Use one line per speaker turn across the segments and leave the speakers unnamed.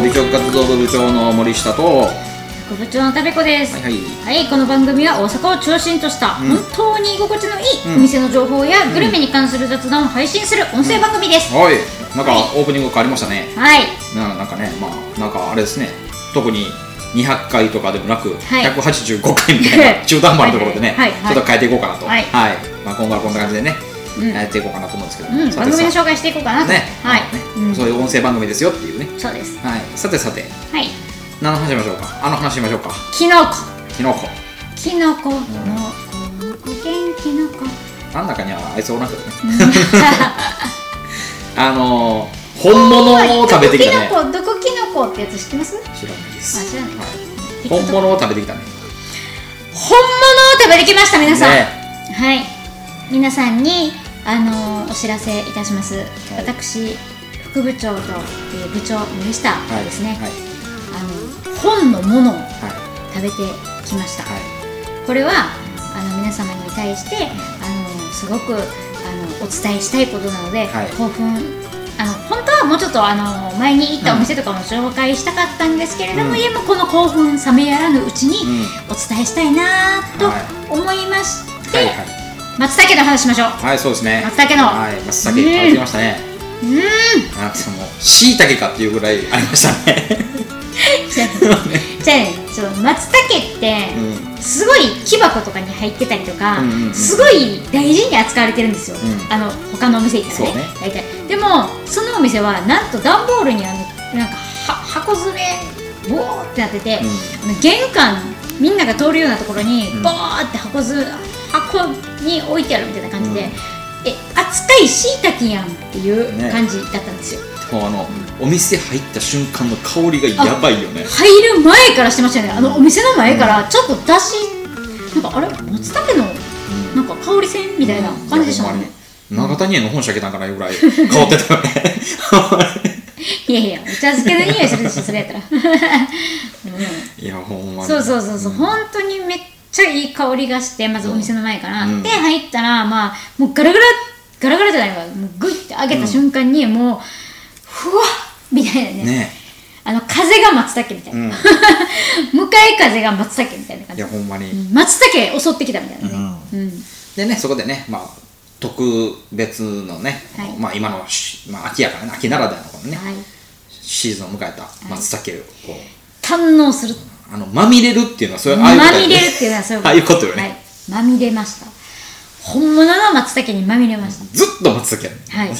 美食活動部部長の森下とは
ご部長のたべこです
い
は、
はいい
この番組は大阪を中心とした
ん
本当に居心地のいい
うん
お店の情報やグルメに関する雑談を配信する音声番組です、
はいなんかオープニング変わりましたね
はい
ななんかねまあなんかあれですね特に200回とかでもなく、
はい
185回みたいな中途半端なところでね、
はいはいはい
ちょっと変えていこうかなと
はい
まあ、今後はこんな感じでね、
うん
やっていこうかなと思うんですけど、
うん、
さ
番
て
組の
さ
紹介していこうかなと、
てね、
はい、
まあねそういう音声番組ですよっていうね
うん、そうです
はいさてさて
はい
何の話しましょうかあの話しましょうか
きのこ
キノコ
きのこのこのこ元気のこ
なんだかにはあいつおらんけどね あのー、本物を食べてきたね
どこきのこどこきのこってやつ知ってますあ
知らないで
知
す
らない、
はい
い
本物を食べてきたね
本物を食べてきました皆さん、
ね
はい皆さんにあのーお知らせいたします、私副部長と、えー部長森下
はい
ですね、
はい
あの本のものを
はい
食べてきました、
はい
これはあの皆様に対してあのすごくあのお伝えしたいことなので、
はい
興奮あの本当はもうちょっとあの前に行ったお店とかも紹介したかったんですけれども、
うん
今この興奮冷めやらぬうちにお伝えしたいなと
はい
思いまして、
はいはい
松茸の話しましょう
はいそうですね
松茸の
はい松茸食べてきましたねうんあでもしいたけかっていうぐらいありました ね
じゃあじゃあねその松茸って、
うん
すごい木箱とかに入ってたりとか、
うんうんうん
すごい大事に扱われてるんですよ、
うん
あの他のお店行ったらね
そうね
大体でもそのお店はなんと段ボールにあのなんかは箱詰めボーってなってて、あの玄関みんなが通るようなところに
うん
ボーって箱詰め箱に置いてあるみたいな感じで、
うん
え扱いしいたけやんっていう感じだったんですよ、
もうあのお店入った瞬間の香りがやばいよね
入る前からしてましたよねあのお店の前からちょっと出しなんかあれ松茸のなんか香りせんみたいな感じでしたもんね
いやほんまに長谷園の本社開けたんかないうぐらい変わってたよね
いやいやお茶漬けの匂いするでしょそれやった ら
いやほんまに
そうそうそうそう本当にめっちゃいい香りがしてまずお店の前から、で入ったらまあもうガラガラガラガラじゃないわもうグッて開けた瞬間にもう、ふわっみたいなね
ね
あの風が松茸みたいな、
うん
向かい風が松茸みたいな感
い
じ
やほんまに
松茸襲ってきたみたいなね、うん
でね、そこでね、まあ、特別のね、
はい
まあ今のし、まあ、秋やからね、秋ならではのこのね、
はい、
シーズンを迎えた松茸をこう、
堪能する
あの、まみれるっていうのは、そういう、ああいうこと
ま
よね
みれるっていうのはそういう
ああいうことよね。
はい、まみれました本物の松茸にまみれまし
ずっと松茸やね
たはい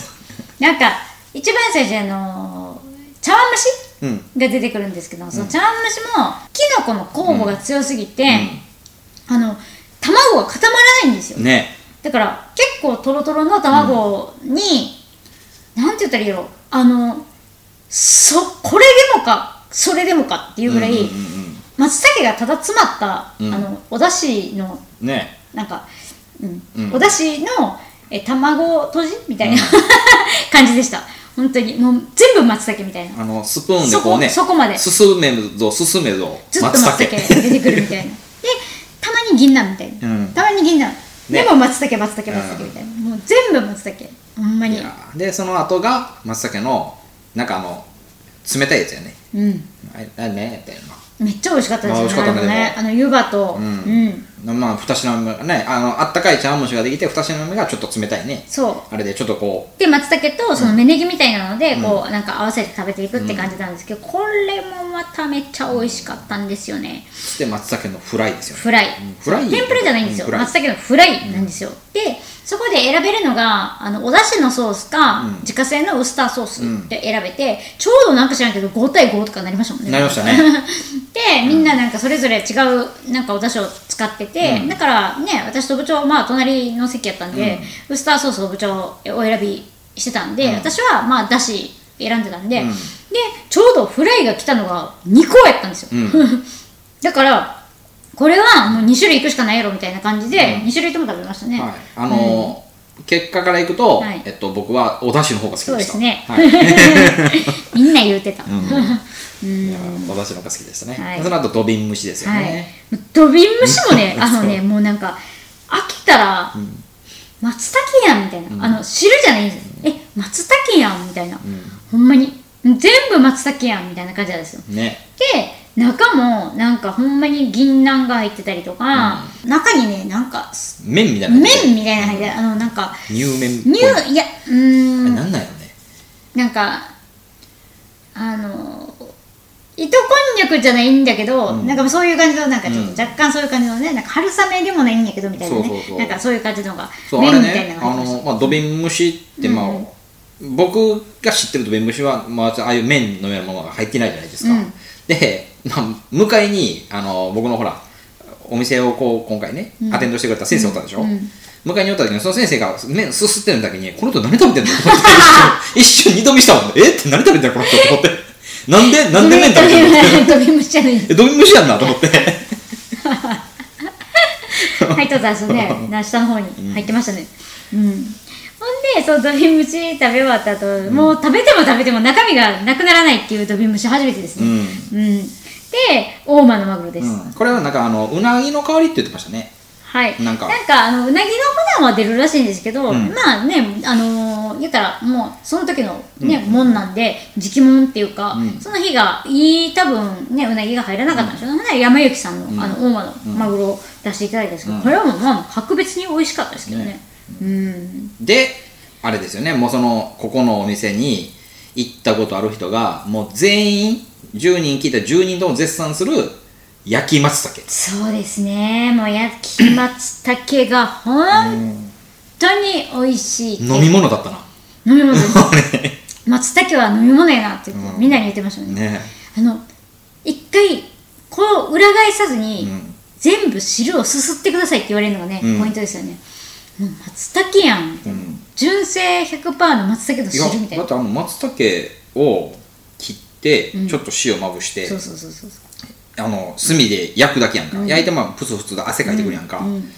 なんか一番最初にあのー茶碗蒸し
うん。
が出てくるんですけど、その茶碗蒸しもキノコの酵母が強すぎて、あの卵が固まらないんですよ、
ね。
だから結構トロトロの卵に、なんて言ったらいいやろあのそこれでもかそれでもかっていうぐらい、
うんうんうん
松茸がただ詰まった、
うん
あのお出汁の
うんね。
なんか、うん
うん
お出汁のえ卵とじみたいな、 感じでした本当にもう全部松茸みたいな
あの、スプーンでこうね、
そこそこまで
進めぞ、進めぞ、
ずっと松茸が出てくる みたいなでたまに銀杏みたいな、
うん
たまに銀杏、
ね
でも松茸松茸松茸みたいな、もう全部松茸ほんま
い
に
やで、その後が、松茸の、なんかあの、冷たいやつやね。
うん
あれ、あれね、やったよな。
めっちゃ美味しかったです
あ美
よ
味しかったね
あれもねあの湯葉と、
うん
うん
まあ、二品目がね、あの、あったかい茶碗蒸しができて、二品目がちょっと冷たいね。
そう
あれでちょっとこ
で松茸とその芽ネギみたいなので、こうなんか合わせて食べていくって感じなんですけど、これもまためっちゃ美味しかったんですよね
う、そして松茸のフライですよね。
フライ
うんフライ
天ぷらじゃないんです
うん
よ、
フライ
松茸のフライなんですよ、でそこで選べるのがあのお出汁のソースか、自家製のウスターソースで選べて、ちょうどなんか知らんけど5対5とかになりましたもんね
なりましたね
でみんななんかそれぞれ違うなんかお出汁を使ってて、だからね私と部長まあ隣の席やったんで、ウスターソースを部長お選びしてたんで、私はまあだし選んでたんで、でちょうどフライが来たのが2個やったんですよ、 だからこれはもう2種類いくしかないやろみたいな感じで2種類とも食べましたね、
はい。あのー結果からいくと、
はい
えっと、僕はお出汁の方が好きでした。
そうですね
はい。
みんな言うてた、
いやーお出汁の方が好きでしたね。
はい
その後、土瓶蒸しですよ
はい
ね。、
ドビン虫も ねあのねもうなんか飽きたら、松茸やんみたいな、あの汁じゃないんですよえ松茸やんみたいな、ほんまに全部松茸やんみたいな感じなんですよ
ね
で中もなんかほんまに銀杏が入ってたりとか、中にねなんかす
麺みたいな
麺みたいなの入ってあのなんか
乳麺っぽい
乳いやうーん
あなんなんやろね
なんかあの糸こんにゃくじゃないんだけど、なんかそういう感じのなんかちょっと若干そういう感じのねなんか春雨でもないんだけどみたいなね
そうそうそう
なんかそういう感じのが
そうあれ
みたい
ね
なのが
あ
入ってま
の、
し
まあ、土瓶蒸しって、まあ僕が知ってる土瓶蒸しは、まあ、ああいう麺のようなものが入ってないじゃないですか、
うん
で、まあ、向かいにあの僕のほらお店をこう今回ね、アテンドしてくれた先生おったでしょ、向かいにおった時にその先生が麺すすってるだけにこの人何食べてんのと思って 一瞬二度見したもんえって何食べてんのこの人と思って なんでなんで麺食べ てんの
てる飛び虫じゃない
え土瓶蒸しやんなと思って
入っとったんですよねな下の方に入ってましたねうん、ほんでそのドビムチ食べ終わった後、もう食べても食べても中身がなくならないっていうドビムチ初めてですねうん、で大間のマグロです、
うんこれはなんかあのうなぎの香りって言ってましたね
はい
なんか
あのうなぎの粉は出るらしいんですけど、
ん
まあねあのー言ったらもうその時のね、もんなんで時期もんっていうか、その日がいい多分ねうなぎが入らなかったんでしょうね、山行さんの,、あの大間のマグロを出していただいたんですけど、これはもうまあ格別に美味しかったですけどね
ね
うん
であれですよねもうそのここのお店に行ったことある人がもう全員10人聞いたら10人とも絶賛する焼き松茸
そうですねもう焼き松茸が本当に美味しいって
飲み物だったな
飲み物です松茸は飲み物やなって言って、みんなに言ってましたね
ね
あの一回こう裏返さずに、
ん
全部汁をすすってくださいって言われるのがね、
うん
ポイントですよねもう松茸やん、
ん
純正100%の松茸の
いや
汁みた
だ
いな
ってあの松茸を切って
ん
ちょっと塩まぶして、
そうそうそうそう
あの炭で焼くだけやんか、焼いてまあプツプツと汗かいてくるやんか、
うん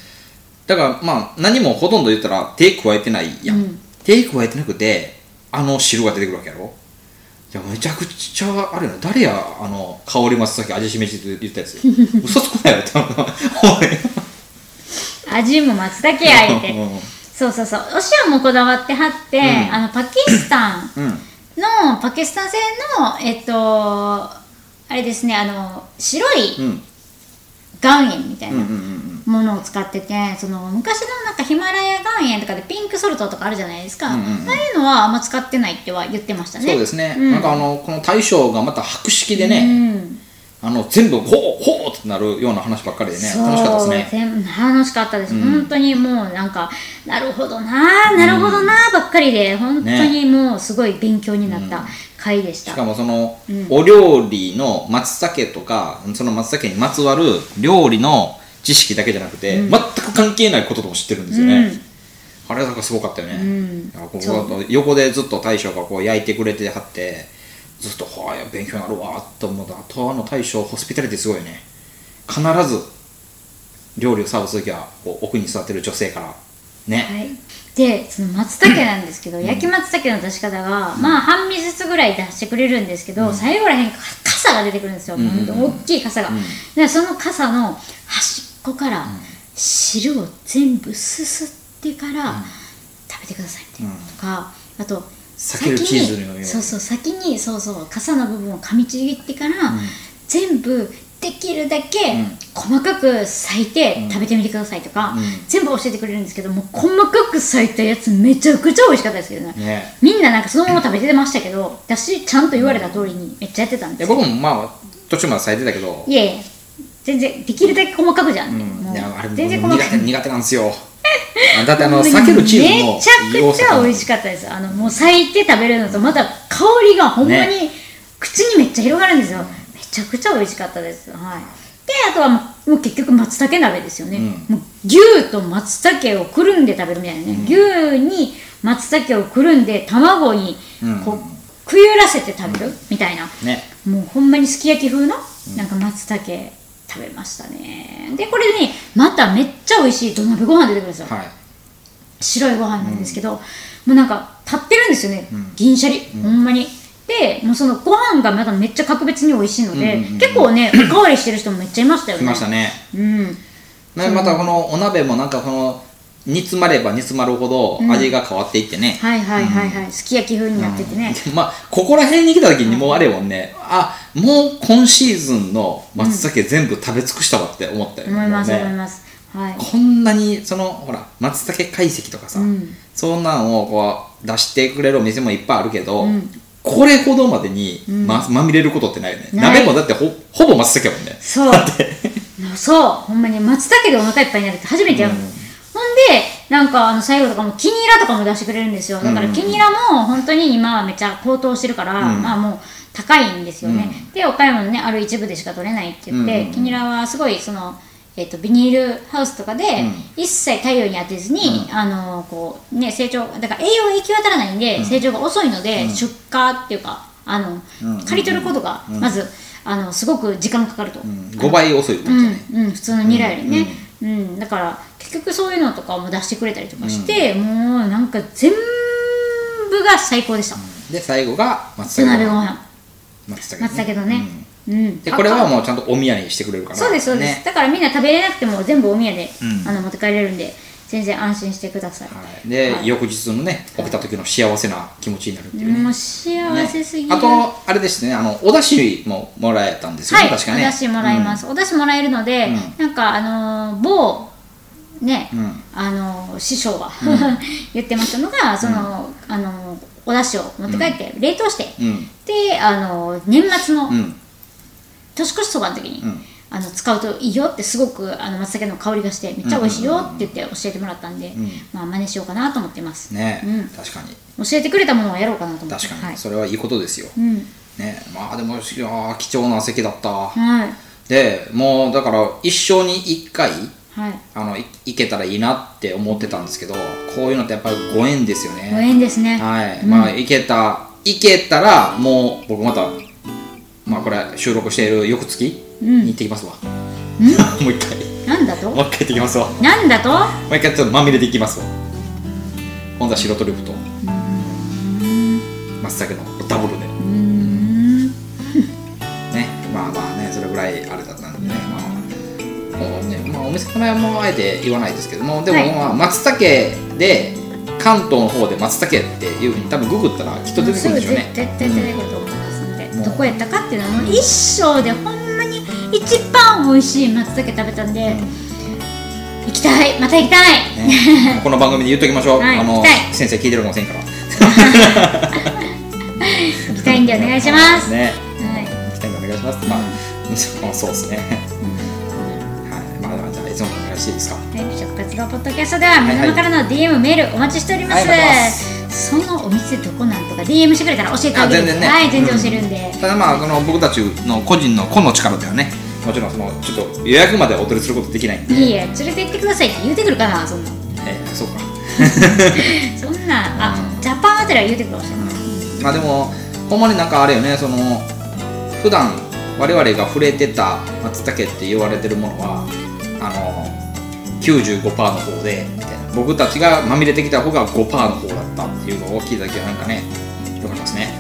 だからまあ何もほとんど言ったら手加えてないやん、
うん
手加えてなくてあの汁が出てくるわけやろいやめちゃくちゃあれやな誰やあの香りますさっき味しめしって言ったや つ嘘つこないやろって
味も松茸や言う
う
て
ん
そうそうそうお塩もこだわってはって、
ん
あのパキスタン
うんうん
のパキスタン製のえっとあれですねあの白
う
い
ん
岩塩みたいな、
うんうんうん
ものを使っててその昔のなんかヒマラヤ岩塩とかでピンクソルトとかあるじゃないですか、
んうんうん
ああいうのはあんま使ってないっては言ってましたね
そうですね、
うん
なんかあのこの大将がまた博識で
う
ね、
ん
あの全部ほうほうってなるような話ばっかりでね
そう
楽しかったですね
全部楽しかったです、本当にもうなんかなるほどななるほどなばっかりで本当にもうすごい勉強になった回でし、
したかもその、お料理の松茸とかその松茸にまつわる料理の知識だけじゃなくて、全く関係ないこととも知ってるんですよね、あれだからすごかったよね、いやここは横でずっと大将がこう焼いてくれてはってずっとはあいや勉強になるわと思ったあとあの大将ホスピタリティすごいよね必ず料理をサーブするときはこう奥に座ってる女性からね、
はい、でその松茸なんですけど、焼き松茸の出し方が、まあ半身ずつぐらい出してくれるんですけど、最後らへんか傘が出てくるんですよ、
んうんうん
ほんと大きい傘が、でその傘の端っこから汁を全部すすってから、食べてくださいみたいな、とかあと
避けるチーズのように
そうそう先にそうそう傘の部分を噛みちぎってから、全部できるだけ細かく裂いて食べてみてくださいとか、全部教えてくれるんですけどもう細かく裂いたやつめちゃくちゃ美味しかったですけどね
ね
みんななんかそのまま食べてましたけど私ちゃんと言われた通りにめっちゃやってたん
い
で
や
すよ
僕もまあ途中までされてたけど
いやいや全然できるだけ細かくじゃん、もう
いやあれ
全然
僕
細
苦
かく
手苦手なんです よあだってあの避けるチーズも
めちゃくちゃ美味しかったですあのもう咲いて食べるのとまた香りがほんまに
ね
口にめっちゃ広がるんですよ、めちゃくちゃ美味しかったですはいであとはもうもう結局松茸鍋ですよね、もう牛と松茸をくるんで食べるみたいなね、牛に松茸をくるんで卵にこう、くゆらせて食べるみたいな、
ね
もうほんまにすき焼き風のなんか松茸食べましたねでこれにまためっちゃ美味しい土鍋ご飯出てくるんですよ、
はい
白いご飯なんですけど、もうなんか立ってるんですよね、銀シャリ、ほんまにでもうそのご飯がまためっちゃ格別に美味しいので、結構 ねおかわりしてる人もめっちゃいましたよ
来
ね
ましたね
うん
ねまたこのお鍋もなんかこの煮詰まれば煮詰まるほど味が変わっていってね、
はいはいはいはい、すき焼き風になっててね、
まあここら辺に来た時にもうあれよね、あもう今シーズンの松茸全部食べ尽くしたわって思ったよね,もうね、
思います思いますはい
こんなにそのほら松茸解析とかさ、
うん
そんなんをこう出してくれるお店もいっぱいあるけど、
ん
これほどまでにま,、まみれることってないよね
ない
鍋もだってほほぼ松茸やもんね
そうそうほんまに松茸でお腹いっぱいになるって初めてやる、
うん
ほんでなんかあの最後とかもキニラとかも出してくれるんですよだから
うん
キニラも本当に今はめっちゃ高騰してるから、
うん
まあもう高いんですよね、で岡山のねある一部でしか取れないって言って、
うん
キニラはすごいそのえっとビニールハウスとかで一切太陽に当てずに、あのこうね成長だから栄養が行き渡らないんで成長が遅いので、出荷っていうかあの、
うん
刈り取ることがまず、あのすごく時間かかると、
5倍遅いってことね、
うんうん、普通のニラよりね、うんだから結局そういうのとかも出してくれたりとかして、もうなんか全部が最高でした、
で最後が松
つなべご
茸
飯
松茸ね
松茸のね
うん
うん、
でこれは
う
もうちゃんとおみやにしてくれるから
そうですそうです、
ね
だからみんな食べれなくても全部おみやで、
うん
あの持って帰れるんで全然安心してください、
はい、で、
はい
翌日のね起きた時の幸せな気持ちになるっていうね
もう幸せすぎる、
ねあとあれですねあのお出汁ももらえたんですよ
は
ね、
い、
確かね
お出汁もらいます、お出汁もらえるので、
う
なんかあのー某ね、
ん
あのー師匠が、 言ってましたのがその、あのーお出汁を持って帰って、冷凍して、
うん、うん
であのー年末の
うん
年越しそばの時に、
うん
あの使うといいよってすごくあの松茸の香りがしてめっちゃ美味しいよって言って教えてもらったんで、
ん
まあ真似しようかなと思ってます、
ね、
うん
確かに
教えてくれたものはやろうかなと思って
確かに、
はい、
それはいいことですよ、
うん
ねまあでもいやー貴重な席だった、
はい
でもうだから一生に一回
はい
あのい行けたらいいなって思ってたんですけどこういうのってやっぱりご縁ですよね
ご縁ですね
はい、
うん
まあ行けた行けたらもう僕またまあこれ収録している翌月
うん
に行ってきますわ、 もう一回
なんだと
もう一回行ってきますわも
なんだと
う一回ちょっとまみれていきますわほんだ白トリュフと松茸のダブルで
うん
ねまあまあねそれぐらいあれだったんでねまあもうね、まあ、お店の名前もあえて言わないですけどもでも、
はい
まあ松茸で関東の方で松茸っていうふうに多分ググったらきっと出てくるんでしょうね
すぐ絶対出てくると思いますので、
ん
どこやったかっていうのはもう一生でほんまに一番美味しい松茸食べたんで、行きたいまた行きたい、
ねこの番組で言っときましょう、
はい
あ
行
の
きた
先生聞いてるかもしれんから
行きたいんでお願いします、
ね
は
行きたいんでお願いしますまあ そうそうですねはいまあじゃあいつものお願いしていいですか
い、はい、食活動ポッドキャストでは
い
皆様からの DM、メールお待ちしております、
はい待ってま
そのお店どこなんとか DM してくれたら教えてあげる
あ全然ね
はい全然教えるんで、
ただまあその僕たちの個人の個の力ではねもちろんそのちょっと予約までお取りすることできないんで、
いいえ連れて行ってくださいって言うてくるかなそんな
えーそうか
そんなあ、ジャパンあたりは言うてくるかもしれない、
まあでもほんまになんかあれよねその普段我々が触れてた松茸って言われてるものはあの95%の方でみたいな僕たちがまみれてきた方が5%の方だったっていうのを聞いただけはなんかねよかりますね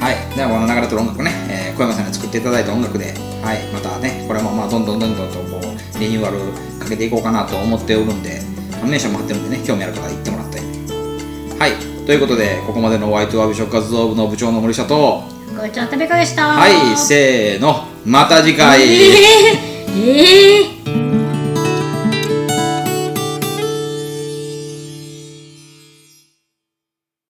はいではこの流れとる音楽ね、えー小山さんに作っていただいた音楽で、はい、またねこれもまあどんどんどんどんとこうリニューアルかけていこうかなと思っておるんで名車も貼ってるんでね興味ある方は行ってもらってはい、ということで、ここまでのお相手は美食活動部の部長の森下と、
ごちそうさまでした
はい、せーの、また次
え
回。
ー